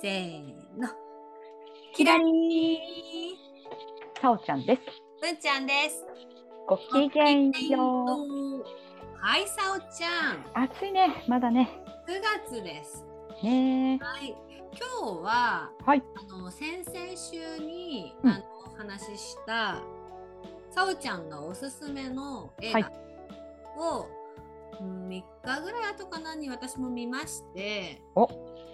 せーの。キラリー。さおちゃんです。むーちゃんです。ごきげんよう。う。はい、さおちゃん。暑いね、まだね。 9月です。ねはい。今日は、はいあの先々週に、うんあのお話ししたさおちゃんがおすすめの映はい画を、うん3日ぐらい後かなに私も見ましてお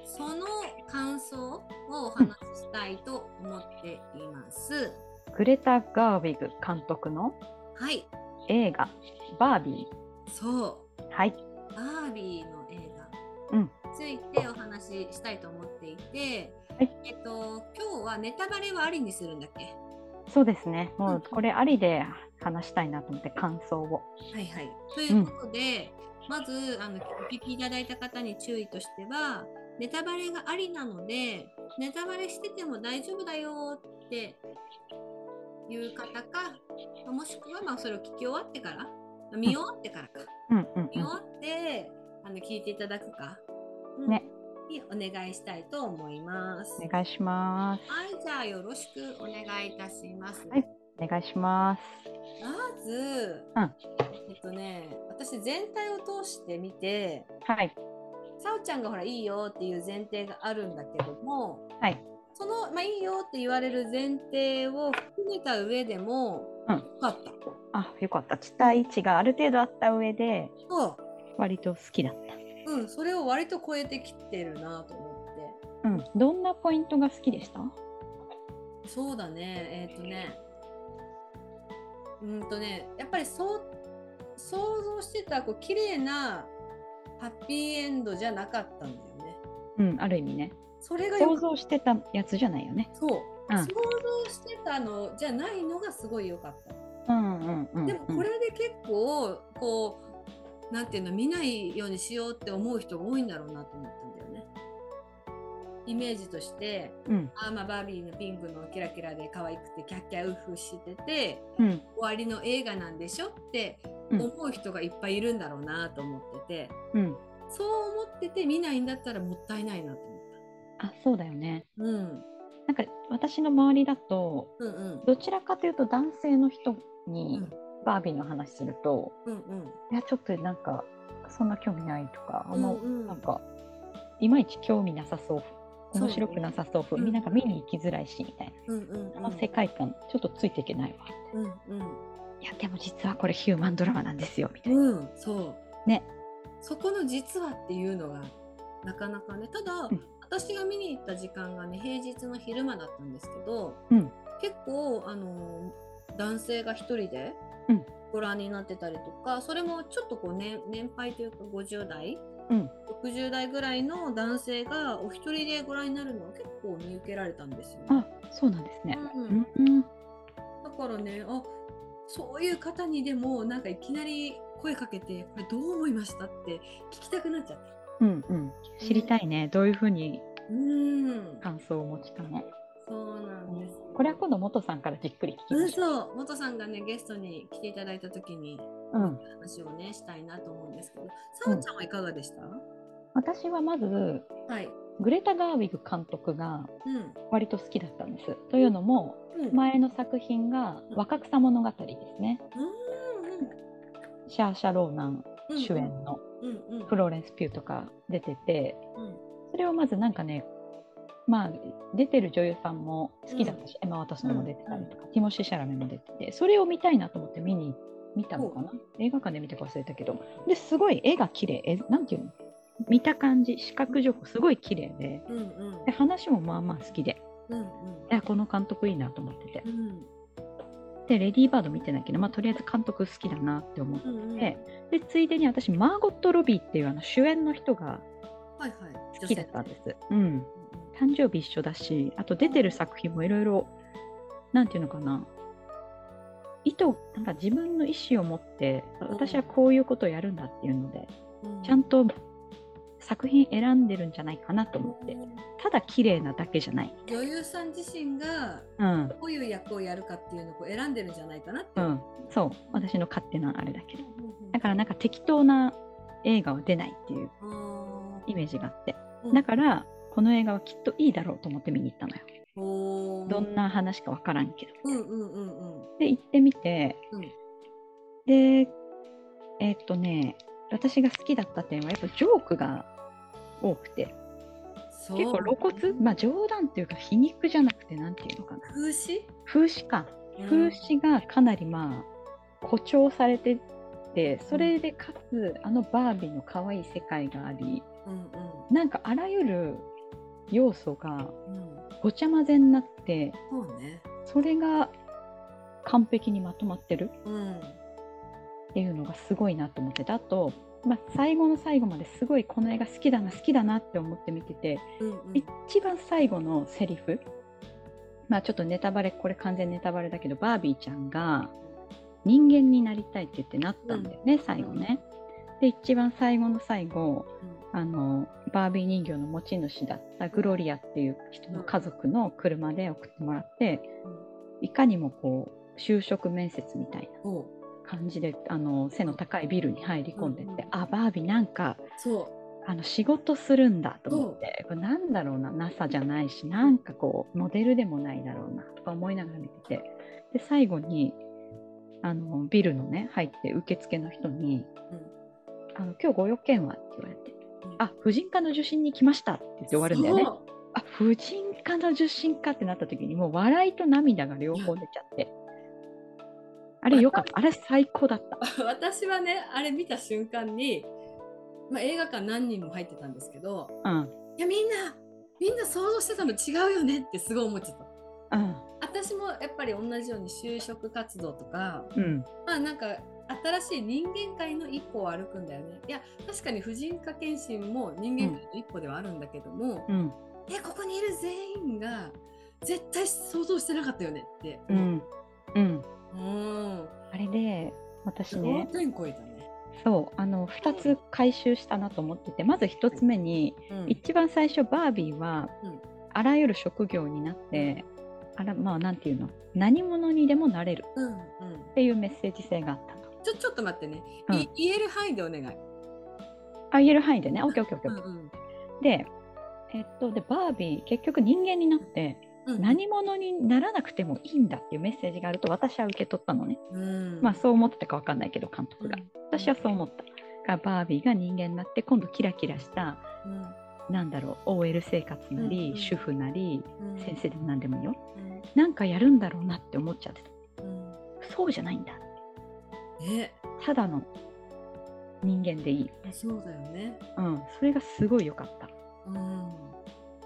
その感想をお話ししたいと思っています。え、グレタ・ガーウィグ監督のはい、映画バービそうー。はい。バービーの映う画にんついてお話ししたいと思っていて、はいえっと今日はネタバレはありにするんだっけそうですね。もうんうこれありで話したいなと思って感想を。はいはい。ということで、まずあのお聞きいただいた方に注意としてはネタバレがありなのでネタバレしてても大丈夫だよっていう方かもしくはまあそれを聞き終わってから見終わってからか。うんうん見終わって、あの聞いていただくか、うんねにお願いしたいと思います。うん。お願いします。はい、じゃあよろしくお願いいたします。はいお願いします。まず、うんえっとね、私全体を通して見て、はい。さおちゃんがほらいいよっていう前提があるんだけども、はいその、まあ、いいよって言われる前提を含めた上でも、うんよかった。あ、よかった。期待値がある程度あった上で、そ割と好きだった。う、うん、それを割と超えてきてるなと思って。うん。どんなポイントが好きでした？そうだね、えっ、とね、うんとね、やっぱりそう想像してたこう綺麗なハッピーエンドじゃなかったんだよね。うん、ある意味ね。それがよ想かっ像してたやつじゃないよね。た。そう、うん想像してたのじゃないのがすごい良かった。うんうんうんうん。でもこれで結構こうなんていうの見ないようにしようって思う人が多いんだろうなと思ったんだよね。イメージとして、うんあーまあバービーのピンクのキラキラで可愛くてキャッキャウフしてて、うん終わりの映画なんでしょって思う人がいっぱいいるんだろうなと思ってて、うん。そう思ってて見ないんだったらもったいないなと思っあ、そうだよね。た。うん、なんか私の周りだとうんうんどちらかというと男性の人にうんバービーの話すると、うんうんいやちょっとなんかそんな興味ないとかあんま、うんうんなんかいまいち興味なさそうそうね面白くなさそうふう、うんなんか見に行きづらいしみたいな、うんうんその世界観ちょっとついていけないわうんうんいやでも実はこれヒューマンドラマなんですよみたいな、うん、そう。ね。そこの実はっていうのがなかなかね。ただ、うん私が見に行った時間がね、平日の昼間だったんですけど、うん結構、あのー男性が一人でうんご覧になってたりとか、それもちょっとこう、ね、年配というか50代、うん60代ぐらいの男性がお一人でご覧になるのは結構見受けられたんですよ、ねあ。そうなんですね、うんうんうんだからねあそういう方にでもなんかいきなり声かけてこれどう思いましたって聞きたくなっちゃった。うんうん知りたいねどういうふうにうん、感想を持ちたのそうなんです。これは今度元さんからじっくり聞きうまん、しょそう、元さんがね、ゲストに来ていただいたときにう、うん、話をね、したいなと思うんですけど、さおちゃんはいかがでした、私はまずはい。グレタ・ガーウィグ監督がうん。割と好きだったんです。というのもうん。前の作品が「若草物語」ですね。シャーシャ・ローナンうん主演のうんうん。フローレンス・ピューとか出ててうんそれをまずなんかねまあ出てる女優さんも好きだったし、エマ・ワトソンも出てたりとか、ティモシー・シャラメも出ててそれを見たいなと思って見に見たのかな映画館で見たか忘れたけどですごい絵が綺麗えなんていうの見た感じ視覚情報すごい綺麗でうんうんで話もまあまあ好きでうんいやこの監督いいなと思っててうんうんでレディーバード見てないけど、まあ、とりあえず監督好きだなって思っうんうんでてついでに私マーゴット・ロビーっていうあの主演の人がはいはい。好きだったんです。うん、誕生日一緒だしあと出てる作品もいろいろなんていうのかな意図なんか自分の意思を持って私はこういうことをやるんだっていうので女性ちゃんと作品選んでるんじゃないかなとう思ってんただ綺麗なだけじゃない、女優さん自身がうんどういう役をやるかっていうのをこう選んでるんじゃないかなってういう。ん、そう私の勝手なあれだけどうんだからなんか適当な映画は出ないっていうあイメージがあってーだからこの映画はきっといいだろうと思って見に行ったのよおーどんな話かわからんけどうんうんうんうんで行ってみて、うんでえーっとね私が好きだった点はやっぱジョークが多くてそう結構露骨まあ冗談っていうか皮肉じゃなくてなんていうのかな風刺風刺か風刺がかなりまあ誇張されててそれでかつあのバービーの可愛い世界がありうんなんかあらゆる要素がうんうんごちゃ混ぜになってそうねそれが完璧にまとまってるうんっていうのがすごいなと思っててあと、まあ、最後の最後まですごいこの映画好きだな好きだなって思って見ててうんうん一番最後のセリフまあちょっとネタバレこれ完全ネタバレだけどバービーちゃんが人間になりたいって言ってなったんだよね、最後ね。で一番最後の最後あのバービー人形の持ち主だったグロリアっていう人の家族の車で送ってもらっていかにもこう就職面接みたいな。うんおう感じであの背の高いビルに入り込んでって、うんうんあバービーなんかそあの仕事するんだと思って、これなんだろうな NASA じゃないしなんかこうモデルでもないだろうなとか思いながら見ててで最後にあのビルのね入って受付の人に「あの今日ご用件は?」って言われてうん「あ婦人科の受診に来ました」って言って終わるんだよね。あ婦人科の受診かってなった時にもう笑いと涙が両方出ちゃってあれよかったあれ最高だった。う 私はねあれ見た瞬間にまあ映画館何人も入ってたんですけどうんいやみんなみんな想像してたの違うよねってすごい思っちゃったうん私もやっぱり同じように就職活動とかうんまあなんか新しい人間界の一歩を歩くんだよねいや確かに婦人科検診も人間界の一歩ではあるんだけども、うんえここにいる全員が絶対想像してなかったよねってううんんうんうんあれで私5ね点超えたね、そうあの2つ回収したなと思っててまず1つ目にうん一番最初バービーはうんあらゆる職業になってあらまあなんていうの何者にでもなれるうんうん、っていうメッセージ性があったのちょちょっと待ってね、うんい言える範囲でお願い、あ言える範囲でね OKOKOK うんうんでえっとでバービー結局人間になってうん、何者にならなくてもいいんだっていうメッセージがあると私は受け取ったのねうんまあそう思ってたかわかんないけど監督がうん私はそう思ったがバービーが人間になって今度キラキラしたうんなんだろう OL 生活なり、うん主婦なりうん先生でも何でもいいようんなんかやるんだろうなって思っちゃってうんたそうじゃないんだねただの人間でいい、そうだよねうん、それがすごい良かったうん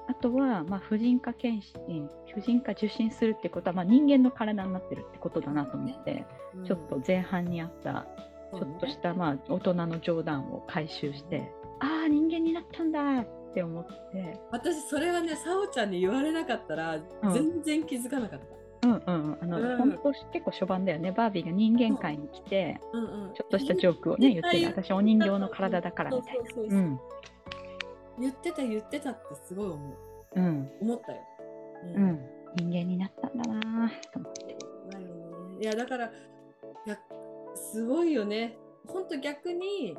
あとは、まあ、婦人科検診婦人科受診するってことは、まあ、人間の体になってるってことだなと思って、うんちょっと前半にあったちょっとした、まあ、大人の冗談を回収して、ああ、人間になったんだって思って、私それはねさおちゃんに言われなかったら、ん全然気づかなかった。うんうん、あの、うん本当、結構初版だよね、バービーが人間界に来て、うんうんちょっとしたジョークをね、言ってる、絶対私、お人形の体だからみたいそうそうそうな。、そううん言ってた言ってたってすごい思ううん、思ったよ。う。ん、人間になったんだなーと思って。だよねいやだからいやすごいよね。本当逆に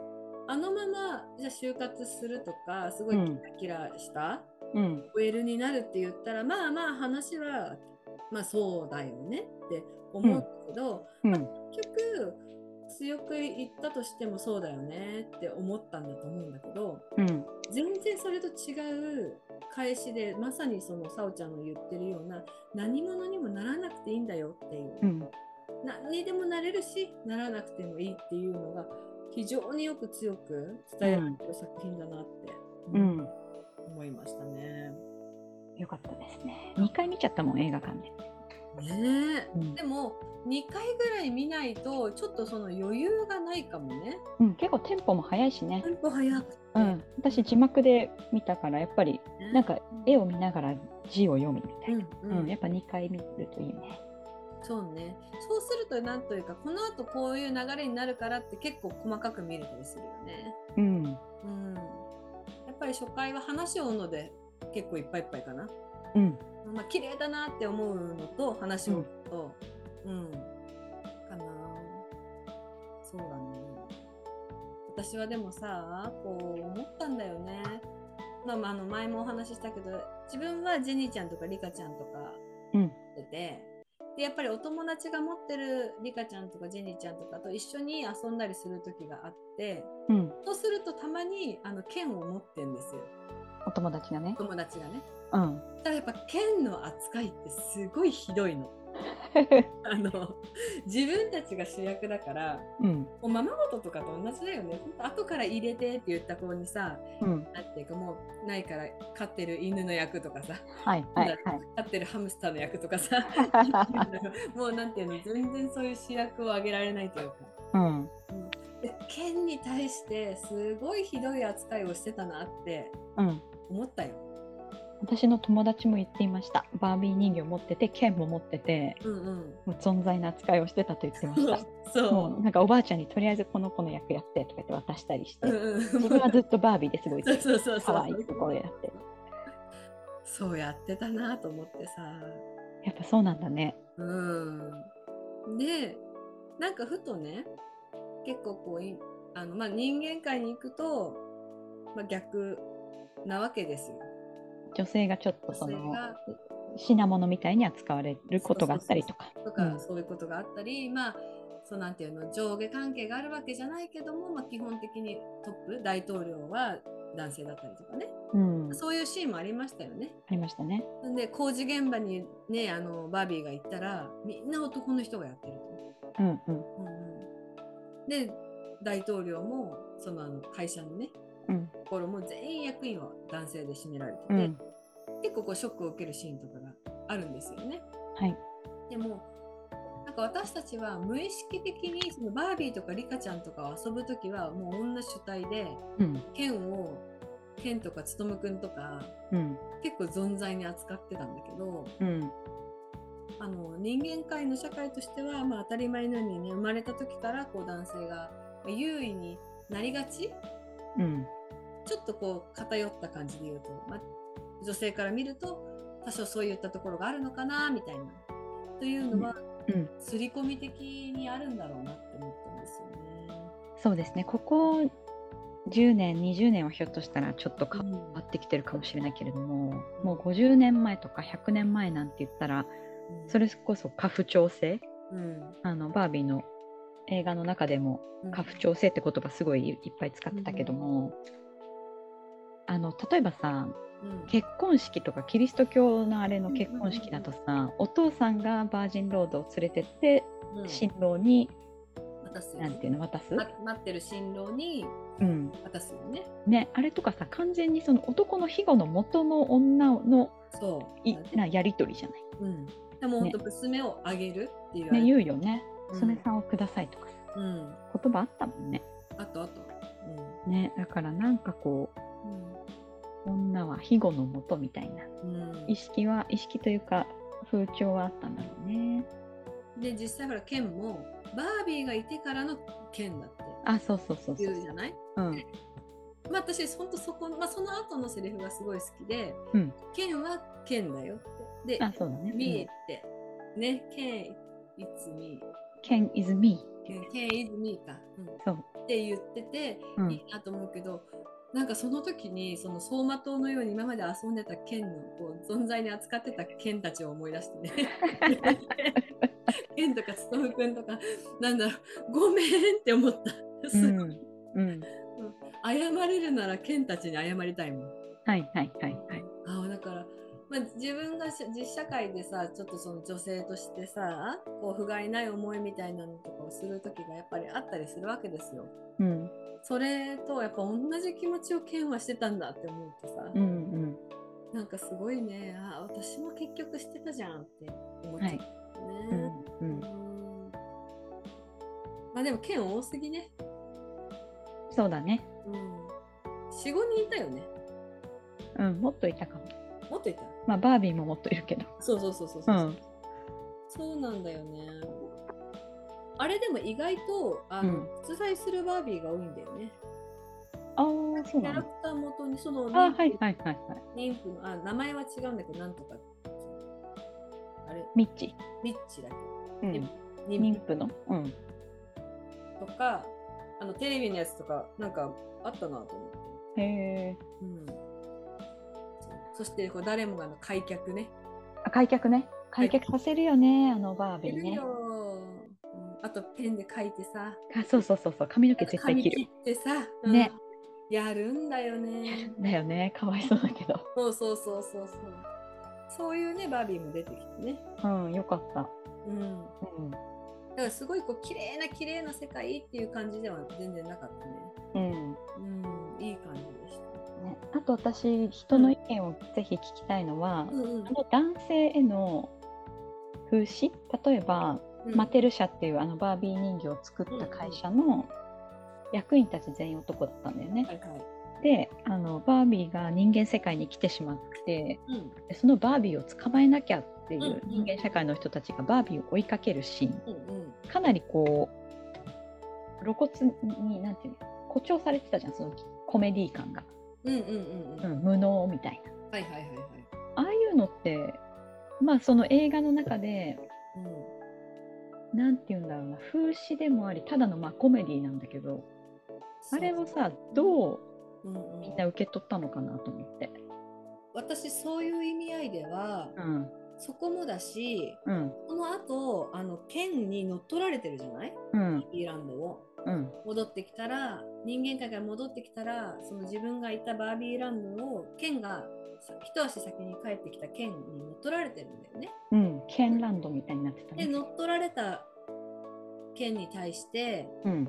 あのままじゃあ就活するとかすごいうんキラキラした、うん、 OL になるって言ったらまあまあ話はまあそうだよねって思うけど、うん、結局強く言ったとしてもそうだよねって思ったんだと思うんだけどうん、全然それと違う返しでまさにそのさおちゃんの言ってるような何者にもならなくていいんだよっていう、うん何にでもなれるしならなくてもいいっていうのが非常によく強く伝えられてる作品だなってうん。思いましたね。よかったですね。2回見ちゃったもん、映画館で。ねうえんでも2回ぐらい見ないとちょっとその余裕がないかもね。うん、結構テンポも速いしねテ、ンポ早くて、うん、私字幕で見たからやっぱりなんか絵を見ながら字を読むみたういんな、ううんん、やっぱ2回見るといいね。そうねそうするとなんというかこのあとこういう流れになるからって結構細かく見れたりするよね。うん、うん、やっぱり初回は話を追うので結構いっぱいいっぱいかな。うん、まあ綺麗だなって思うのと話を追うと、うんかなそうだね私はでもさこう思ったんだよね、まあ、まああの前もお話ししたけど自分はジェニーちゃんとかリカちゃんとかうん、っててでやっぱりお友達が持ってるリカちゃんとかジェニーちゃんとかと一緒に遊んだりする時があってうん、そうするとたまにあの剣を持ってんですよお友達がねお。友達がね。うん、 ただやっぱ剣の扱いってすごいひどいの。 あの自分たちが主役だからうん、もうままごととかと同じだよねほんと後から入れてって言った子にさうん、なんていうかもうないから飼ってる犬の役とかさはい、はい、はい。飼ってるハムスターの役とかさ もうなんていうの全然そういう主役をあげられないというか うん、で剣に対してすごいひどい扱いをしてたなってうん、思ったよ。私の友達も言っていました。バービー人形持ってて、剣も持ってて、うんうん、もう存在な扱いをしてたと言ってました。そもうなんかおばあちゃんにとりあえずこの子の役やってとか言って渡したりして、う。うんうん自分はずっとバービーですごいそう そうそうそ可愛いうところやってそうやってたなと思ってさやっぱそうなんだねうんでなんかふとね結構こういあの、まあ、人間界に行くと、まあ、逆なわけですよ女性がちょっとそ女性のが品物みたいに扱われることがあったりとかとうかんそういうことがあったり、まあそうなんていうの上下関係があるわけじゃないけども、まあ、基本的にトップ大統領は男性だったりとかねうんあそういうシーンもありましたよね。りましたねで工事現場にねあのバービーが行ったらみんな男の人がやってると。うんうんうんうんで大統領もそのあの会社のねうんところも全員役員は男性で占められてて、うん結構こうショックを受けるシーンとかがあるんですよね。はいでもなんか私たちは無意識的にそのバービーとかリカちゃんとかを遊ぶ時はもう女主体でうん剣を剣とか勉君とかうん結構存在に扱ってたんだけどうんあの人間界の社会としては、まあ、当たり前のようにね生まれた時からこう男性が優位になりがちうんちょっとこう偏った感じで言うと、まあ、女性から見ると多少そういったところがあるのかなみたいなというのは、うんうん刷り込み的にあるんだろうなって思ったんですよね。そうですねここ10年20年はひょっとしたらちょっと変わってきてるかもしれないけれどももう50年前とか100年前なんて言ったらうんそれこそ家父長制うんあのバービーの映画の中でもうん家父長制って言葉すごいいっぱい使ってたけども、あの例えばさうん結婚式とかキリスト教のあれの結婚式だとさ、お父さんがバージンロードを連れてってうん新郎に、渡すよねなんていうの渡す、ま待ってる新郎にうん渡すよね。ね、あれとかさ完全にその男の庇護の元の女のそう。いなやり取りじゃない、うん、でも本当娘をあげるっていうあれ、ね、言うよねうん娘さんをくださいとかさうん、言葉あったもんねあとあと。ねだからなんかこうう。女は庇護の元みたいなんうん意識は意識というか風潮はあったんだろうねで、実際ほら、剣も、バービーがいてからの剣だってあそうそうそうそ言ううじゃないうんまあ私、ほんとそこ、まあその後のセリフがすごい好きで、うん剣は剣だよって。で、あそうだね、見うえんって、ね、剣、いつみ、 Ken is me 剣いずみか、うん。そうって言ってて、うんいいなと思うけど、なんかその時にその走馬灯のように今まで遊んでた剣のこう存在に扱ってた剣たちを思い出して ね剣とか勉君とかなんだろうごめんって思った、うすん、うん、謝れるなら剣たちに謝りたいもんはいはいはいはいあだから、まあ、自分がし実社会でさちょっとその女性としてさこう不甲斐ない思いみたいなのとかをする時がやっぱりあったりするわけですようんそれとやっぱ同じ気持ちを剣はしてたんだって思うとさ、うんうんなんかすごいねあ私も結局してたじゃんって思っちゃはう、いうんまあでも県多すぎね。そうだね。うん。4、5人いたよね。うん、もっといたかも。もっといた。まあ、バービーももっといるけど。そうそうそうそううそう。ん。そうなんだよね。あれでも意外とあの、うん実在するバービーが多いんだよね。ああ、キそうャなラのク。ター元にそのあーはいはいはいはい。妊婦のあ名前は違うんだけどなんとかあれミッチ。リッチだっうけん。ど妊妊婦婦の。うん。とかあのテレビのやつとかなんかあったなと思って。へえ。うん、そそしてこう誰もがあの開脚ね。あ開脚ね。開脚させるよね、あのバービーいるねよ。うんあとペンで書いてさ。あ、そうそうそうそう。髪の毛絶対紙切切る。ってさ、うんねやるんだよね。だよね。かわいそうだけど。そうそうそうそうそう。そういうね、バービーも出てきてね。うん、よかった。うん。うん。だからすごいこう綺麗な綺麗な世界っていう感じでは全然なかったね。うんうん、いい感じでした。ね、あと私人の意見をぜひ聞きたいのは、うんうんあの男性への風刺例えば、うん。マテル社っていうあのバービー人形を作った会社の役員たち全員男だったんだよね。はいはい。であのバービーが人間世界に来てしまってうんでそのバービーを捕まえなきゃっていうんうんう人間社会の人たちがバービーを追いかけるシーンうんうん。かなりこう露骨になんていうの誇張されてたじゃんそのコメディ感が、うんうんうんうん。うはいん、無能みたいな。はいはいはい。ああいうのってまあその映画の中でうんなんて言うんだろうな風刺でもありただのまあコメディなんだけどあれをさどううんうんみんな受け取ったのかなと思って。私そういう意味合いでは、うんそこもだしうんこの後あの県に乗っ取られてるじゃないうんイーランドをうん戻ってきたら人間界から戻ってきたらその自分がいたバービーランドを県がさ一足先に帰ってきた県に乗っ取られてるんだよね。うんケンランドみたいになってたでね。乗っ取られた県に対してうん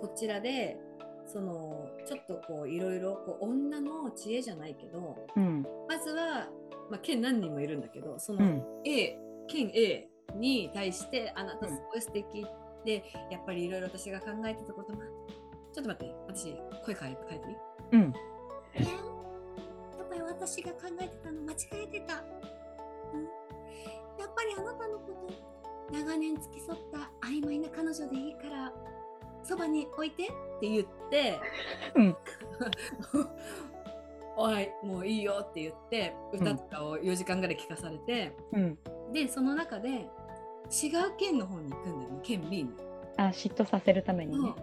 こちらでそのちょっとこういろいろこう女の知恵じゃないけどうんまずは、まあ、県何人もいるんだけどその、うん A 県 A に対してあなたすごい素敵で、やっぱりいろいろ私が考えてたこともちょっと待って私声変え変えていいうんいややっぱり私が考えてたの間違えてた、うん、やっぱりあなたのこと長年付き添った曖昧な彼女でいいからそばに置いてって言って、うん、 おいもういいよって言って歌とかを4時間ぐらい聴かされて、うんでその中で違う県の方に行くんだよね県 B に。あ嫉妬させるためにそうね。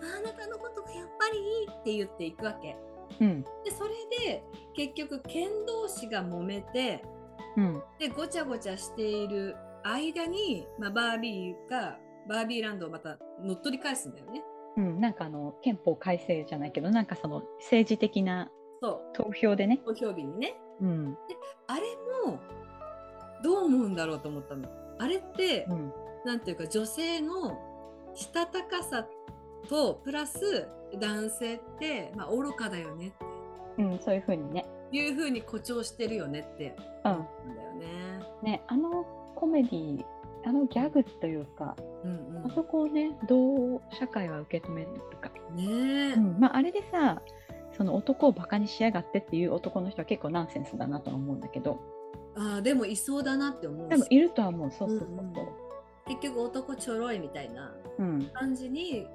あなたのことがやっぱりいいって言っていくわけ。うんでそれで結局剣同士が揉めてうんでごちゃごちゃしている間に、まあ、バービーがバービーランドをまた乗っ取り返すんだよね。うんなんかあの憲法改正じゃないけどなんかその政治的なそ投票でねう。投票日にね。うんあれもどう思うんだろうと思ったの。あれって、うんなんていうか女性のしたたかさとプラス男性って、まあ、愚かだよねうんそういう風にね。っていうふうに誇張してるよねってうんなんだよね。ね、あのコメディあのギャグというか、うんあそこをねどう社会は受け止めるか、うん、ねえ、うんまあ、あれでさその男をバカにしやがってっていう男の人は結構ナンセンスだなとは思うんだけどああでもいそうだなって思う多分しいるとは思うそうそうそうそう、結局男ちょろいみたいなうん感じに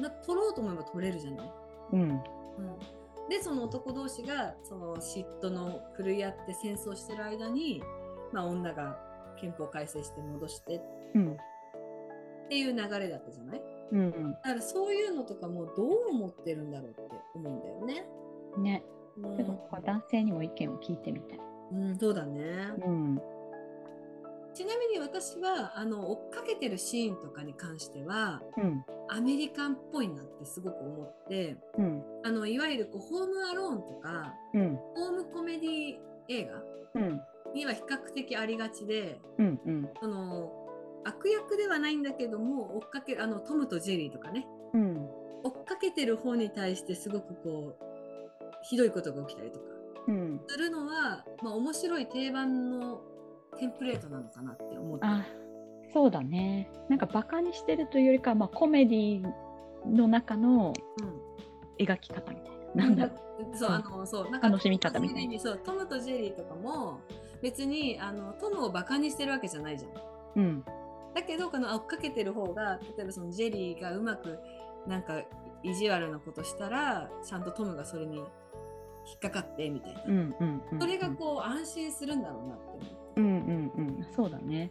な取ろうと思えば取れるじゃない、うんうん、でその男同士がその嫉妬の狂い合って戦争してる間に、まあ、女が憲法改正して戻してっうんていう流れだったじゃないうんだからそういうのとかもどう思ってるんだろうって思うんだよね。ねうちょっとここは男性にも意見を聞いてみたい、ん、うん、そうだね。うん、ちなみに私はあの追っかけてるシーンとかに関してはうんアメリカンっぽいなってすごく思ってうんあのいわゆるこうホームアローンとかうんホームコメディ映画うんには比較的ありがちでうんうんその悪役ではないんだけども追っかけあのトムとジェリーとかねうん追っかけてる方に対してすごくこうひどいことが起きたりとかうんするのは、まあ、面白い定番のテンプレートなのかなって思ってあそうだねなんかバカにしてるというよりかは、まあ、コメディの中の描き方みたいな,、なんだろうそううんあのそうなんか楽しみ方みたいな。そうトムとジェリーとかも別にあのトムをバカにしてるわけじゃないじゃうん。んだけどこの追っかけてる方が例えばそのジェリーがうまくなんか意地悪なことしたらちゃんとトムがそれに引っかかってみたいな、うんうんうんそれがこう安心するんだろうなって思ってうんうんうんそうだね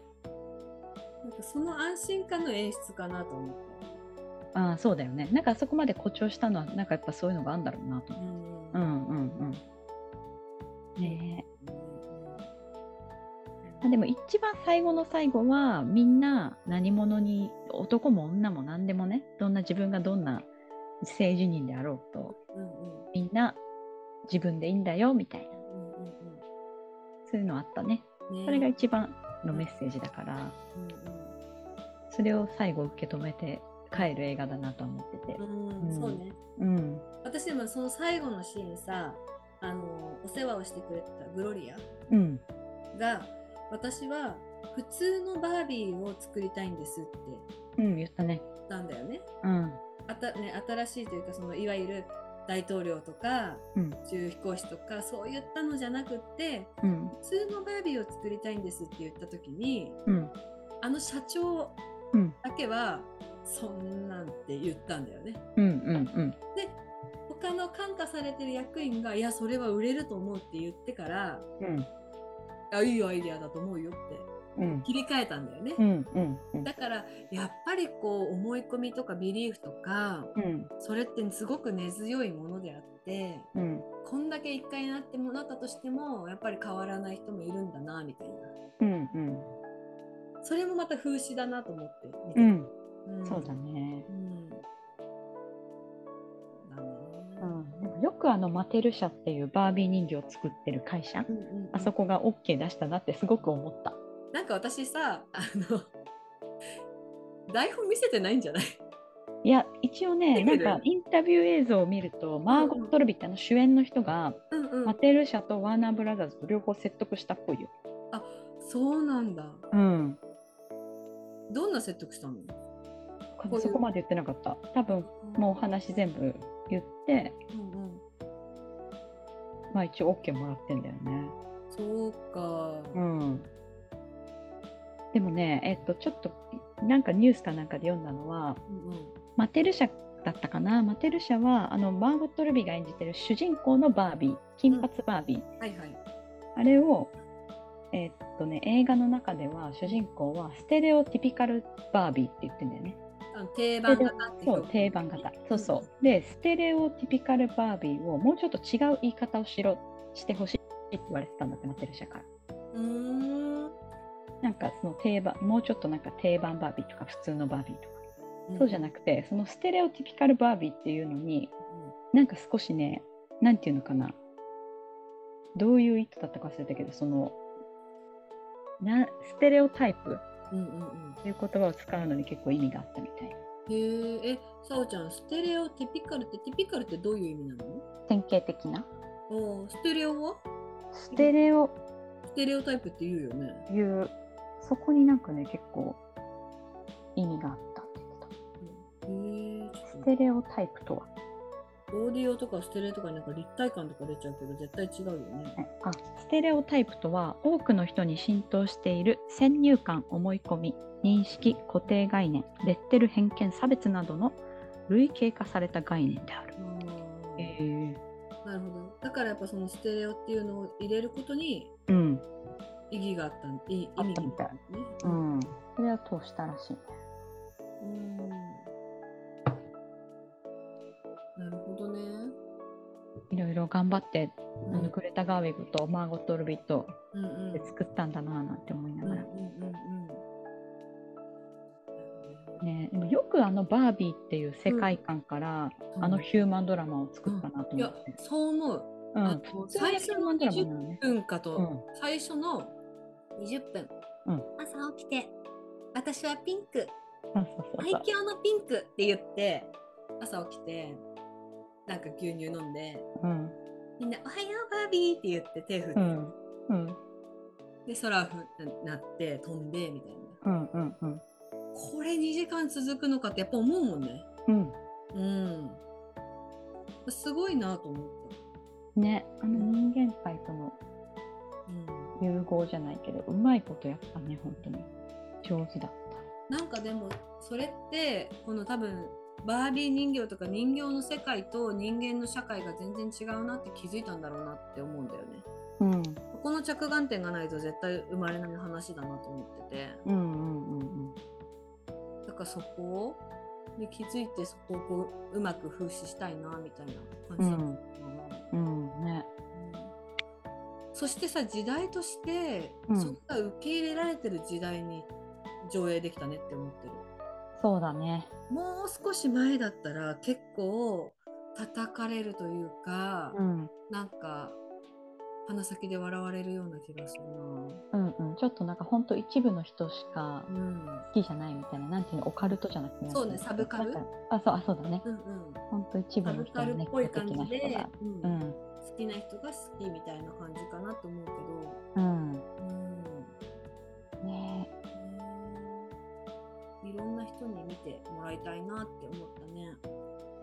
なんかその安心感の演出かなと思って。ああそうだよねなんかあそこまで誇張したのはなんかやっぱそういうのがあるんだろうなと思うんううんうんうんねえあでも一番最後の最後はみんな何者に男も女も何でもねどんな自分がどんな性自認であろうとうんうんみんな自分でいいんだよみたいなうんうんそういうのあったねうんねそれが一番のメッセージだからうそれを最後受け止めて帰る映画だなとは思っててんうんうんうんそうねうん私でもその最後のシーンさあのお世話をしてくれたグロリアうんが私は普通のバービーを作りたいんですってうん言ったね言ったんだよねうんあたね新しいというかそのいわゆる大統領とかうん宇宙飛行士とかそういったのじゃなくってうん普通のバービーを作りたいんですって言った時にうんあの社長うんだけはそんなんって言ったんだよね。うんうん他の感化されてる役員が「いやそれは売れると思う」って言ってからうんうん「あいいアイデアだと思うよ」ってうん切り替えたんだよね。うんうんうんだからやっぱりこう思い込みとかビリーフとかうんそれってすごく根強いものであってうんこんだけ一回なってもなったとしてもやっぱり変わらない人もいるんだなみたいなうんうんそれもまた風刺だなと思ってう見てた、んんそうだねうんだなうんなんかよくあのマテル社っていうバービー人形を作ってる会社うんうんうんあそこが OK 出したなってすごく思ったなんか私さあの台本見せてないんじゃないいや一応ねな見んてるかインタビュー映像を見るとマーゴット・ロビーってあの主演の人がうんうマテル社とワーナーブラザーズと両方説得したっぽいよ。そうなんだうん、どんな説得したのこういうそこまで言ってなかった。多分もうお話全部言って、うんうんまあ、一応 OK もらってんだよね。そうか。うん、でもね、えっと、ちょっとなんかニュースかなんかで読んだのはうんうん。マテル社だったかなマテル社はあのマーゴット・ルビーが演じてる主人公のバービー金髪バービー、はいはい。あれを、えっとね、映画の中では主人公はステレオティピカルバービーって言ってんだよね。あの定番型ってそ表う現定番型そうそうでステレオティピカルバービーをもうちょっと違う言い方をしろしてほしいって言われてたんだってマテル社からうーん。うんなんかその定番もうちょっとなんか定番バービーとか普通のバービーとか、そうじゃなくてそのステレオティピカルバービーっていうのになんか少しねなんていうのかなどういう意図だったか忘れたけどそのなステレオタイプうんうんうん。という言葉を使うのに結構意味があったみたいへえ、え、さおちゃん、ステレオティピカルってティピカルってどういう意味なの？典型的なおーステレオは？ステレオステレオタイプって言うよね。いうそこになんかね結構意味があったって言ってうんへえ。ちたょスっとテレオタイプとは、オーディオとかステレオとかなんか立体感とか出ちゃうけど絶対違うよね。あステレオタイプとは多くの人に浸透している先入観思い込み認識固定概念レッテル偏見差別などの類型化された概念であるあーえなるほど。だからやっぱそのステレオっていうのを入れることにうん意義があったん、い意あっ味たがみたいあったね。うんそれは通したらしいねうんなるほどね。いろいろ頑張って、うあのグレタ・ガーウィグとマーゴット・ルビットうんうんで作ったんだなぁなんて思いなうんうがんら、うんね、でもよくあのバービーっていう世界観から、うんあのヒューマンドラマを作ったなと思いやって、そう思う。うんあ普の通の最ヒ初ューマのンドラマ20なのね、分かと、うん最初の20分、うん朝起きて私はピンクそうそう愛そう嬌のピンクって言って朝起きてなんか牛乳飲んでそううんみんな「おはようバービー」って言って手振って、うんうんで空ふななって飛んでみたいな。うんうんうんこれ2時間続くのかってやっぱ思うもんね。うんうん。すごいなと思った。ねあの人間界とのうん、融合じゃないけどうまいことやったね本当に上手だっなんかでもそれってこの多分バービー人形とか人形の世界と人間の社会が全然違うなって気づいたんだろうなって思うんだよね。た、うん、ここの着眼点がないと絶対生まれない話だなと思ってて。うんうんうんだからそこに気づいてそこをこううまく風刺したいなみたいな感じだったのかなうんうんねそしてさ時代として、うんそれが受け入れられてる時代に上映できたねって思ってるそうだねもう少し前だったら結構叩かれるというか、うんなんか鼻先で笑われるような気がするうんうんちょっとなんか本当一部の人しかなうん好きじゃないみたいななんていうのオカルトじゃなくてなんていのそうねサブカルなんかあそうあそうだねうんうん本当一部サのブ人カルっの熱ぽい狂感的じな人でが、うんうん好きな人が好きみたいな感じかなと思うけど。うんうねんいろんな人に見てもらいたいなって思ったね。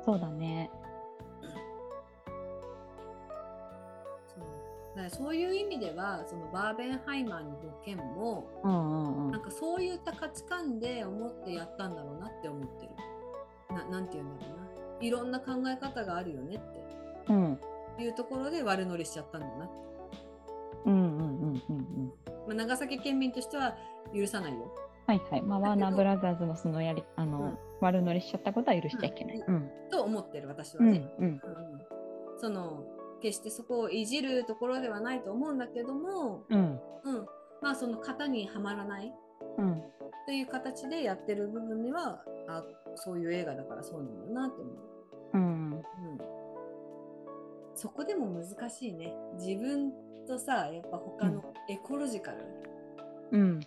そうだねそうだからそういう意味ではそのバーベンハイマーのボケもうんうんうなんんかそういった価値観で思ってやったんだろうなって思ってる。ななんて言うんだろうな。いろんな考え方があるよねっうんていうところで悪乗りしちゃったんだなって。うんうんうんうんうんまあ、長崎県民としては許さないよ。はいはいまあワーナーだけどブラザーズのそのやりあの、うん悪乗りしちゃったことは許しちゃいけない、ううんと思ってる私はうね。んうんうんその決してそこをいじるところではないと思うんだけども、うんうん、まあその型にはまらないうんという形でやってる部分にはあそういう映画だからそうなんだなって思う、うんうん、そこでも難しいね自分とさやっぱ他のエコロジカル、うんうん、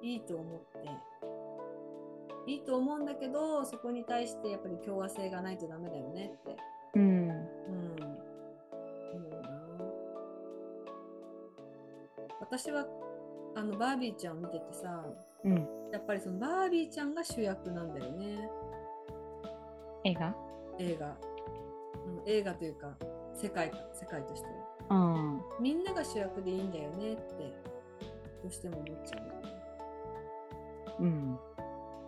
いいと思っていいと思うんだけどそこに対してやっぱり共和性がないとダメだよねってうんうんそうだな私はあのバービーちゃんを見ててさうんやっぱりそのバービーちゃんが主役なんだよね映画映画、うん、映画というか世界世界としてうんみんなが主役でいいんだよねってどうしても思っちゃううん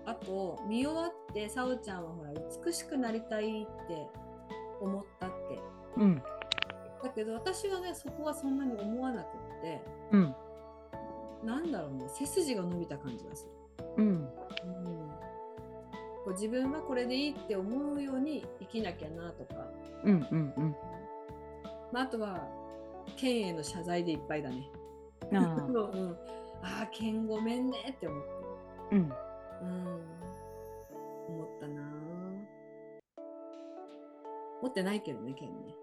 あと見終わってさおちゃんはほら美しくなりたいって思ったってうんだけど私はねそこはそんなに思わなくってうんなんだろうね背筋が伸びた感じがする、うんこう自分はこれでいいって思うように生きなきゃなとか、うんうんうんまあ、あとは県への謝罪でいっぱいだねあうーん、ああ県ごめんねって思ってうんうん思ったなあ持ってないけどね県ね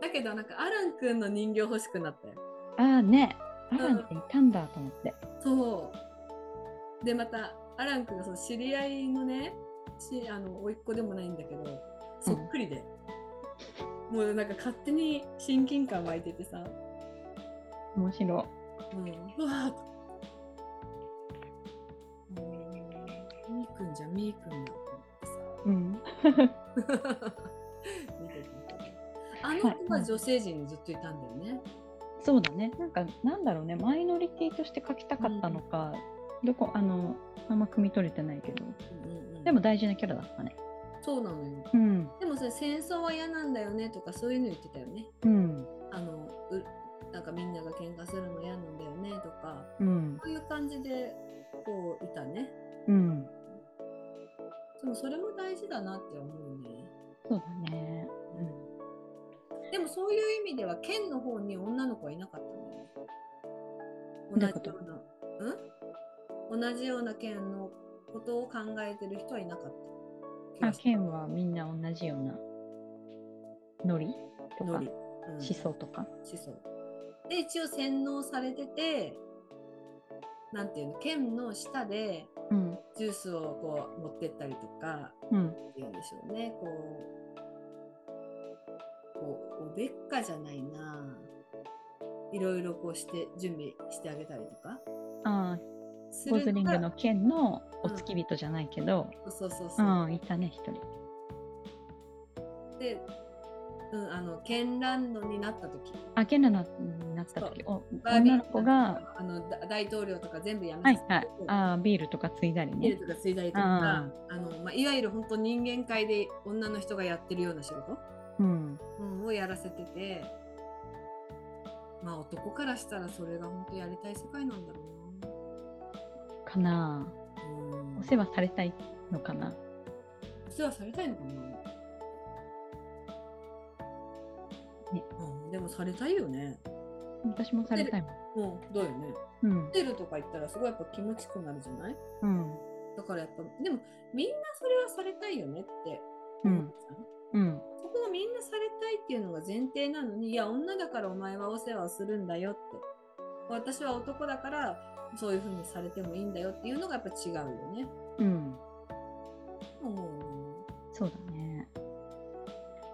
だけどなんかアランくんの人形欲しくなったよ あーねアランっていたんだと思ってそう。で、また、アラン君がその知り合いのね、しあの甥っ子でもないんだけど、そっくりで。もうなんか勝手に親近感湧いててさ、面白うん、うわーと。うんみーくんじゃみーくんだというん思って さ、見てて。あの子は女性陣にずっといたんだよね。そうだねなんかなんだろうねマイノリティとして描きたかったのか、どこあのあんま汲み取れてないけどうんうんうんでも大事なキャラだったねそうなのよ。うんでもそれ戦争は嫌なんだよねとかそういうの言ってたよね。うんあのうなんかみんなが喧嘩するの嫌なんだよねとかうんこういう感じでこういたねうんでもそれも大事だなって思うね、そうだねでもそういう意味では県の方に女の子はいなかったんだよねど同うじいうことようなうん同じような県のことを考えてる人はいなかった気あがする県はみんな同じようなノリとノかリ、思うん想とか思想で一応洗脳されててなんていうの県の下でうんジュースをこう持ってったりとかうんなんて言うんでしょうねこうこうおべっかじゃないないろいろこうして準備してあげたりとかああすゴるーズリングがの剣のお付き人じゃないけど、そうそううそう、ん、いたね、一人。で、うん、あの絢爛のになった時あ、剣なのになった時、おバービー女の子が、あのだ大統領とか全部やめはいさせはいて、あービールとかついだりビーね。ルとかついだりとか、うんあのまあ、いわゆる本当人間界で女の人がやってるような仕事、うん、うん、をやらせててまあ男からしたらそれが本当やりたい世界なんだろかなあ。うな、うん、お世話されたいのかな。お世話されたいのかな、ねうん、でもされたいよね私もされたいもん。うんだよねうんホ、テルとか行ったらすごいやっぱ気持ちよくなるじゃないうん、だからやっぱでもみんなそれはされたいよねってうん、うん、そこがみんなされたいっていうのが前提なのにいや女だからお前はお世話をするんだよって私は男だからそういうふうにされてもいいんだよっていうのがやっぱ違うよね。うん。思うそうだね。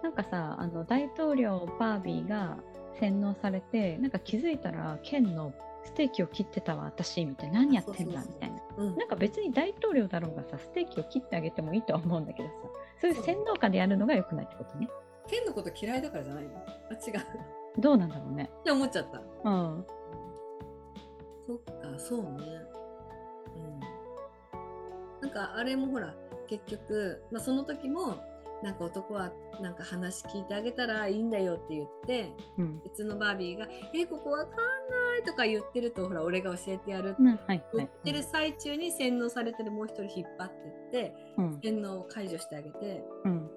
なんかさ、あの大統領バービーが洗脳されて、なんか気づいたら剣のステーキを切ってたわ私みたいな何やってんだみたいな。うんなんか別に大統領だろうがさステーキを切ってあげてもいいとは思うんだけどさそういう洗脳下でやるのが良くないってことね天のこと嫌いだからじゃないのあ違うっどうなんだろうねて思っちゃった。うんそっか、そうね。うん。なんかあれもほら、結局、まあ、その時も、なんか男はなんか話聞いてあげたらいいんだよって言って、うん別のバービーが「えここわかんない」とか言ってるとほら俺が教えてやるってうんはいは言いってる最中に洗脳されてるもう一人引っ張ってってうん洗脳を解除してあげてうん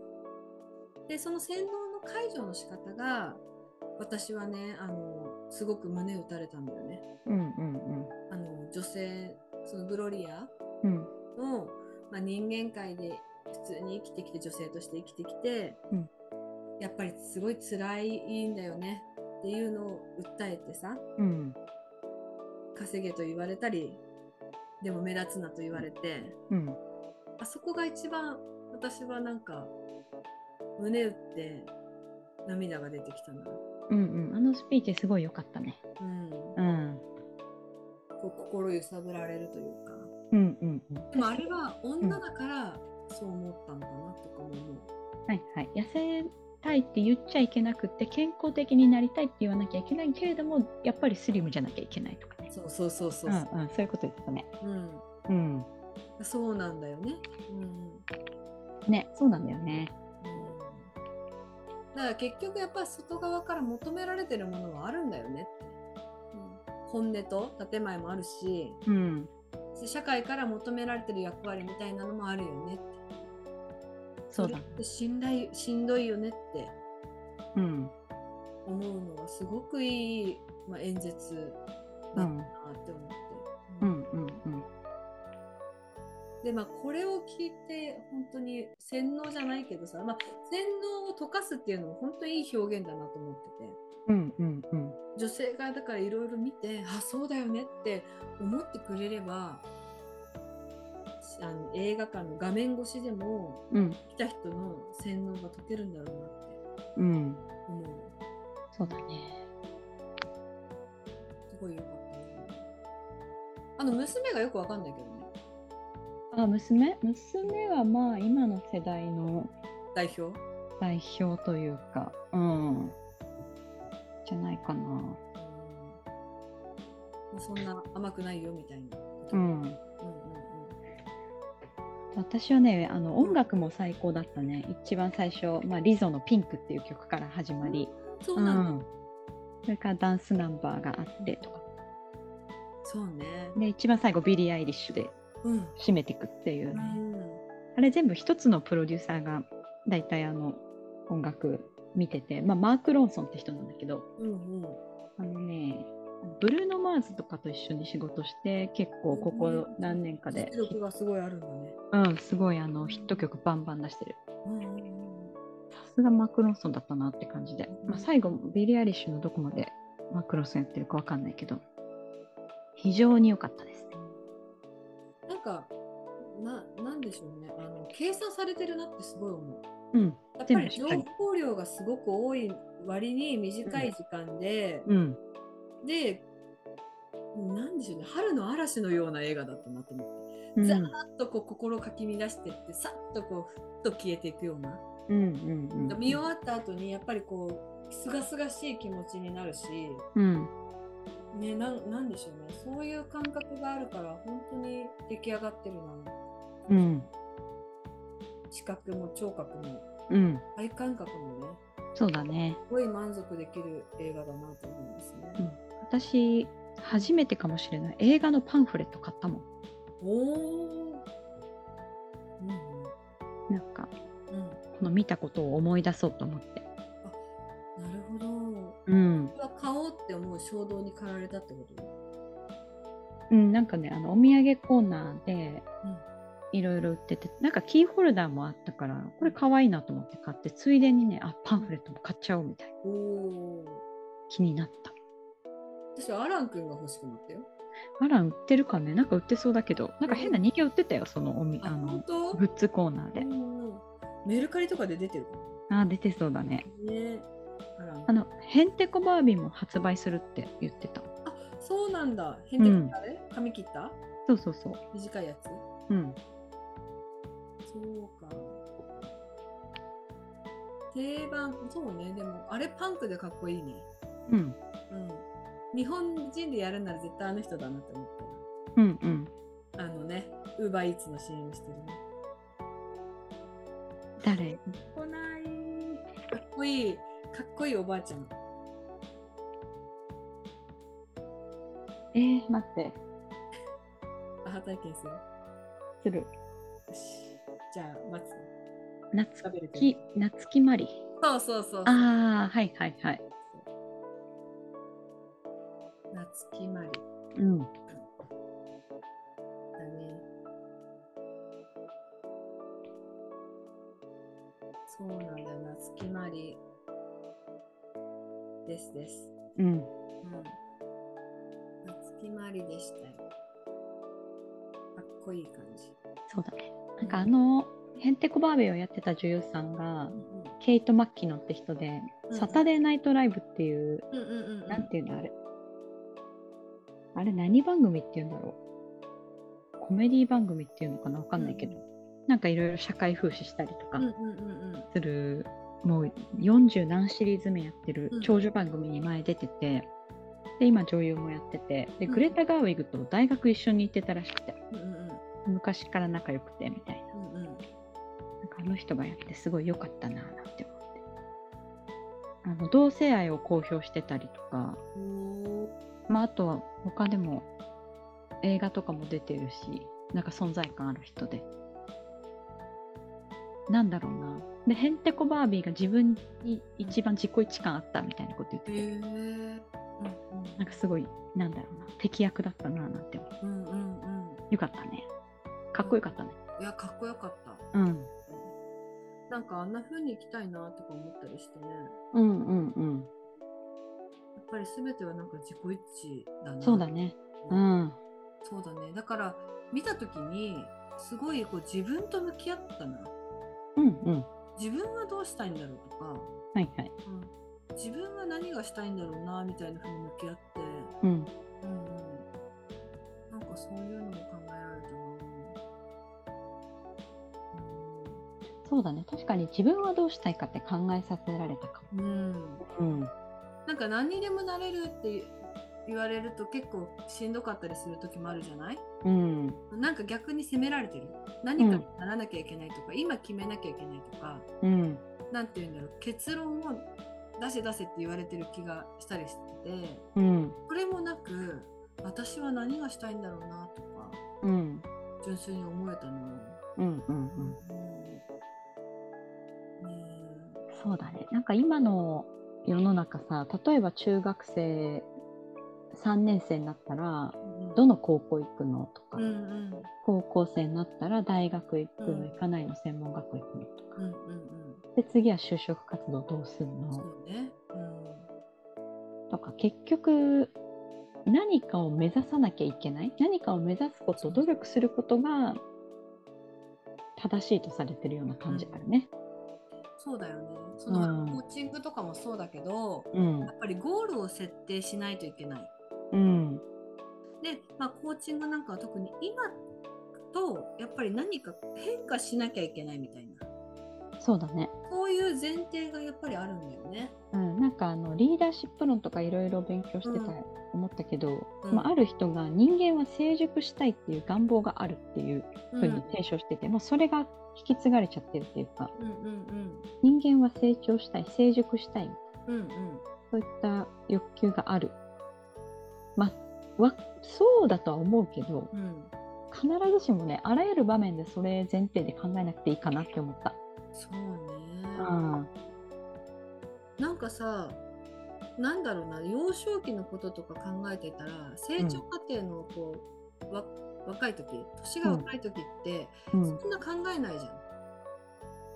でその洗脳の解除の仕方が私はねあのすごく胸打たれたんだよね。うんうんあの女性そのグロリアうんの、まあ、人間界で普通に生きてきて女性として生きてきて、うんやっぱりすごい辛いんだよねっていうのを訴えてさうん稼げと言われたりでも目立つなと言われてうんあそこが一番私はなんか胸打って涙が出てきたな、うんうんあのスピーチすごい良かったねうん、うんこう心揺さぶられるというかうんうんうんでもあれは女だからそう思ったのかなとかも思う。はいはい痩せたいって言っちゃいけなくって健康的になりたいって言わなきゃいけないけれどもやっぱりスリムじゃなきゃいけないとかねそうそうそうそうう、んうんそういうこと言ってたねうんうんそうなんだよね。うんねそうなんだよねだから結局やっぱり外側から求められてるものはあるんだよねって、うん、本音と建前もあるしうん社会から求められてる役割みたいなのもあるよねってそうだれってしんだいしんどいよねってうん思うのがすごくいい、まあ、演説うだったなんって思って。ううんんうんうんでまあこれを聞いて本当に洗脳じゃないけどさ、まあ、洗脳を溶かすっていうのも本当にいい表現だなと思っててうんうんうん女性がだからいろいろ見てあそうだよねって思ってくれればあの映画館の画面越しでもうん来た人の洗脳が解けるんだろうなってうん思うそうだねすごいよかったねあの娘がよくわかんないけどねあ娘娘はまあ今の世代の代表代表というかうんじゃないかなうんそんな甘くないよみたいなこと、ううんうんんうん私はねあの音楽も最高だったね一番最初、まあ、リゾの「ピンク」っていう曲から始まり、そうなんだ、うんそれからダンスナンバーがあってとかそうねで一番最後ビリー・アイリッシュでうん、締めていくっていうう、ねん、あれ全部一つのプロデューサーが大体あの音楽見てて、まあ、マーク・ロンソンって人なんだけどうんあのねブルーノ・マーズとかと一緒に仕事して結構ここ何年かで実、力がすごいあるんだねうん、すごいあのヒット曲バンバン出してるうんうんうんさすがマクロンソンだったなって感じで、まあ、最後ビリー・アイリッシュのどこまでマクロンソンやってるかわかんないけど非常に良かったですねなんかななんでしょうねあの計算されてるなってすごい思ううんやっぱ全部りし情っかり報量がすごく多い割に短い時間で、うんでなんでしょうね春の嵐のような映画だったなと思って。うんざーっとこう心をかき乱してってさっとこうふっと消えていくような、うんうんうん見終わった後にやっぱりこうすがすがしい気持ちになるし、うんね、なんなんでしょうねそういう感覚があるから本当に出来上がってるなうん視覚も聴覚もうん体感覚もねそうだねすごい満足できる映画だなと思いますね。うん私初めてかもしれない映画のパンフレット買ったもんおーうんなんかうんうんこの見たことを思い出そうと思ってなるほど。うんこ、れは買おうって思う衝動に駆られたってことうん、なんかねあのお土産コーナーでうんいろいろ売っててなんかキーホルダーもあったからこれ可愛いなと思って買ってついでにねあパンフレットも買っちゃおうみたいなおー気になった私はアラン君が欲しくなったよ。あら売ってるかねなんか売ってそうだけどなんか変な人形売ってたよそのおみああ、本の当グッズコーナーうでんうんメルカリとかで出てるかあー出てそうだねもね。アランあのヘンテコバービーも発売するって言ってたそうなんだ。変であれ髪切ったそうそうそう短いやつうんそうか。定番、そうね。でも、あれパンクでかっこいいね。うんうん。日本人でやるなら絶対あの人だなって思っうんうんた。あのね、ウーバーイーツの CM してるね。誰来ない。かっこいい。かっこいいおばあちゃん。えー、待ってアハ体験する。よするし。じゃあ、待つ。夏食べるけどき夏木マリそうそうそうそう。ああはいはいはい夏木まりうんだね。そうなんだよ、夏木まり。ですです。うんうん。夏木まりでしたよ。かっこいい感じ。そうだねなんかあのヘンテコバービーをやってた女優さんがうんケイト・マッキノって人で、うんサタデーナイトライブっていううんうんうんなんていうんだあれあれ何番組っていうんだろうコメディ番組っていうのかなわかんないけど、なんかいろいろ社会風刺したりとかうんうんうんうん。する、もう40何シリーズ目やってるうん長寿番組に前出てて、で今女優もやっててでうんグレタ・ガーウィグと大学一緒に行ってたらしくてうんうんうん昔から仲良くてみたいなうんうなん。んかあの人がやってすごい良かったなぁなんて思ってあの同性愛を公表してたりとかおーまあ、あとは他でも映画とかも出てるしなんか存在感ある人でなんだろうなでヘンテコバービーが自分に一番自己一感あったみたいなこと言ってへて、え。うんなんかすごいなんだろうな敵役だったななんて思ううんうんうんうん。よかったねかっこよかったねいや、かっこよかった。うんなんかあんな風に行きたいなとか思ったりしてね。うんうんうんやっぱり全てはなんか自己一致だな。そうだねうんそうだね。だから見た時にすごいこう自分と向き合ったな。うんうん自分はどうしたいんだろうとはいはいか、うん、自分は何がしたいんだろうなみたいな風に向き合って、うんうんうん、なんかそういうのも考えられたそうだね確かに自分はどうしたいかって考えさせられたかな。うん。うんもうんなんか何にでもなれるって言われると結構しんどかったりする時もあるじゃないうんなんか逆に責められてる何かにならなきゃいけないとか、今決めなきゃいけないとかうん何て言うんだろう結論を出せ出せって言われてる気がしたりしててうんこれもなく私は何がしたいんだろうなとかうん純粋に思えたの、うんうんううんんねえそうだねなんか今の世の中さ例えば中学生3年生になったらうんどの高校行くのとか、うんうん高校生になったら大学行くの、うん行かないの専門学校行くのとかうんうんうんで次は就職活動どうするそのうねうんとか結局何かを目指さなきゃいけない何かを目指すこと努力することが正しいとされてるような感じあるね。そうだよねその、コーチングとかもそうだけどうんやっぱりゴールを設定しないといけないうんで、まあ、コーチングなんかは特に今とやっぱり何か変化しなきゃいけないみたいなそうだね、そういう前提がやっぱりあるんだよね。うん、なんかあのリーダーシップ論とかいろいろ勉強してた、うん思ったけど、うんまあ、ある人が人間は成熟したいっていう願望があるっていううふうに提唱してて、もうそれが引き継がれちゃってるっていうかうんうん人間は成長したい成熟したいうんうんうんそういった欲求があるまあわそうだとは思うけどうん必ずしもねあらゆる場面でそれ前提で考えなくていいかなって思った。そうね。なんかさなんだろうな幼少期のこととか考えてたら成長過程のこう、わ若い時年が若い時って、うんそんな考えないじゃん。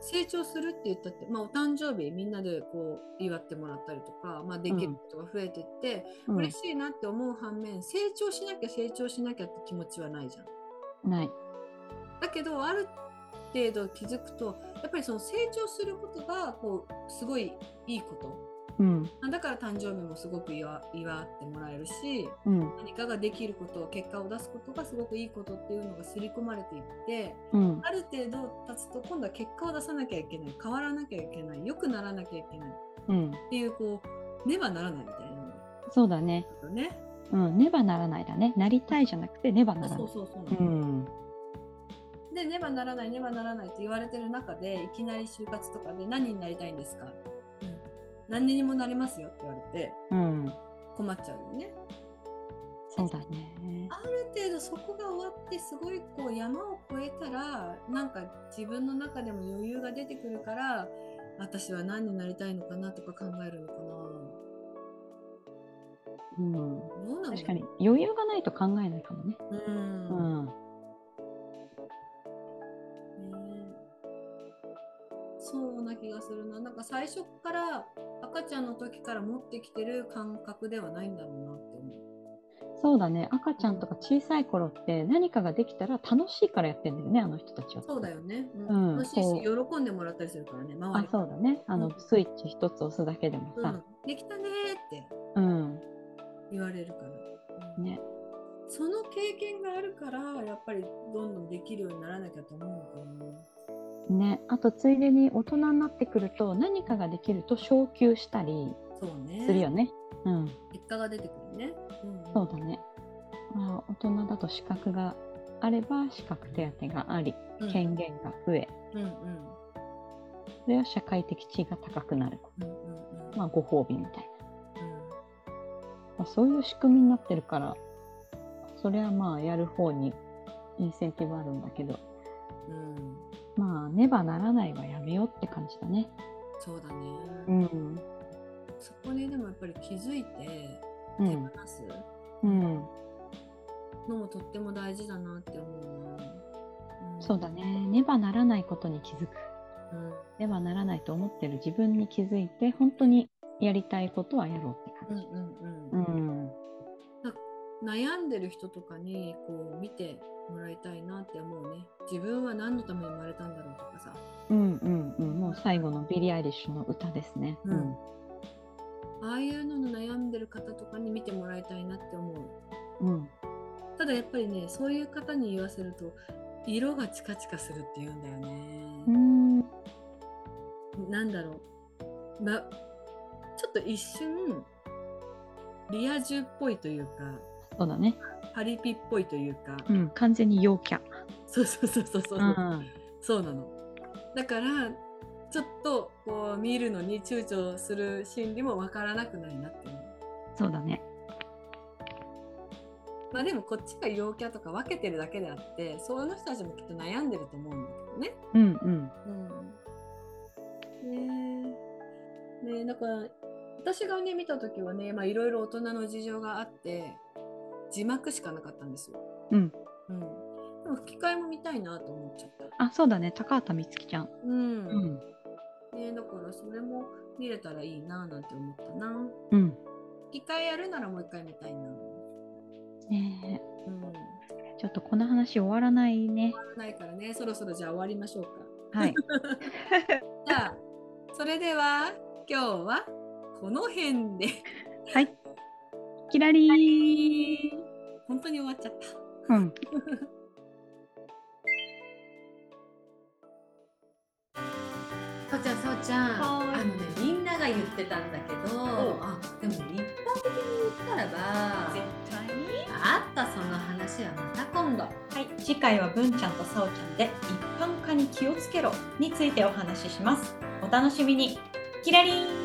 成長するって言ったって、まあ、お誕生日みんなでこう祝ってもらったりとか、まあ、できることが増えてって、うん嬉しいなって思う反面成長しなきゃ成長しなきゃって気持ちはないじゃん。ない。だけどある程度気づくとやっぱりその成長することがこうすごいいいことうんあだから誕生日もすごく祝祝ってもらえるしうん何かができること結果を出すことがすごくいいことっていうのが刷り込まれていってうんある程度経つと今度は結果を出さなきゃいけない変わらなきゃいけない良くならなきゃいけないっうんていうこうねばならないみたいなのがそうだね。あるよね。うんねばならないだね。なりたいじゃなくてねばならなそうい。そうそうなのうんでねばならないねばならないって言われてる中でいきなり就活とかで何になりたいんですか、うん、何にもなりますよって言われてうん困っちゃうよね。そうだね。ある程度そこが終わってすごいこう山を越えたらなんか自分の中でも余裕が出てくるから私は何になりたいのかなとか考えるのかな。うんどうなの確かに余裕がないと考えないかもね。うん、うねんそうな気がするな。なんか最初から赤ちゃんの時から持ってきてる感覚ではないんだろうなって思う。そうだね赤ちゃんとか小さい頃って何かができたら楽しいからやってんだよねあの人たちは。そうだよね。うん楽しいし、喜んでもらったりするからね、周ありかそうだねあの、うんスイッチ一つ押すだけでもさら。うん、できたねーってうん、言われるから。ねその経験があるから、やっぱりどんどんできるようにならなきゃと思うのかねあとついでに大人になってくると何かができると昇級したりな。そうね。するよね、うん結果が出てくるね。うんそうだね、まあ、大人だと資格があれば資格手当がありうん権限が増え、うんうんそれは社会的地位が高くなる、うんうんうん。まあ、ご褒美みたいうんな、まあ、そういう仕組みになってるからそれはまあやる方にインセンティブあるんだけどうん、まあねばならないはやめようって感じだね。そうだね、うんそこにでもやっぱり気づいてう手ん放すうん、のもとっても大事だなって思うな、んそうだねねばならないことに気づくうんねばならないと思ってる自分に気づいて本当にやりたいことはやろうってう感んじ。うんううんん悩んでる人とかにこう見てもらいたいなって思うね自分は何のために生まれたんだろうとかさうんうんうん、もう最後のビリー・アイリッシュの歌ですね。うんああいうのの悩んでる方とかに見てもらいたいなって思ううん、ただやっぱりねそういう方に言わせると色がチカチカするって言うんだよね、うん、うんなんだろう、ま、ちょっと一瞬リア充っぽいというかそうだね。パリピっぽいというか、うん、完全に陽キャ。そうそうそうそうそう、うん、そうなのだからちょっとこう見るのに躊躇する心理もわからなくないなって思うそうだね。まあでもこっちが陽キャとか分けてるだけであってその人たちもきっと悩んでると思うんだけどねうんうん、うん、ねえねえだから私がね見た時はねまあいろいろ大人の事情があって字幕しかなかったんですよ。うん、うん、でも吹き替えも見たいなと思っちゃった。あ、そうだね。高畑充希ちゃん。うんう、ん、ねえだからそれも見れたらいいななんて思ったな。うん、吹き替えやるならもう一回見たいな。ねうん、終わえちょっとこの話終わらないね。らないからねそろそろじゃあ終わりましょうか。はい、じゃあそれでは今日はこの辺ではい。キラリー。本当に終わっちゃった。うん。さおちゃん、さおちゃん、はいあのね、みんなが言ってたんだけど、あ、でも一般的に言ったらば、対にあったその話はまた今度。はい、次回は文ちゃんとさおちゃんで一般化に気をつけろについてお話しします。お楽しみに。キラリン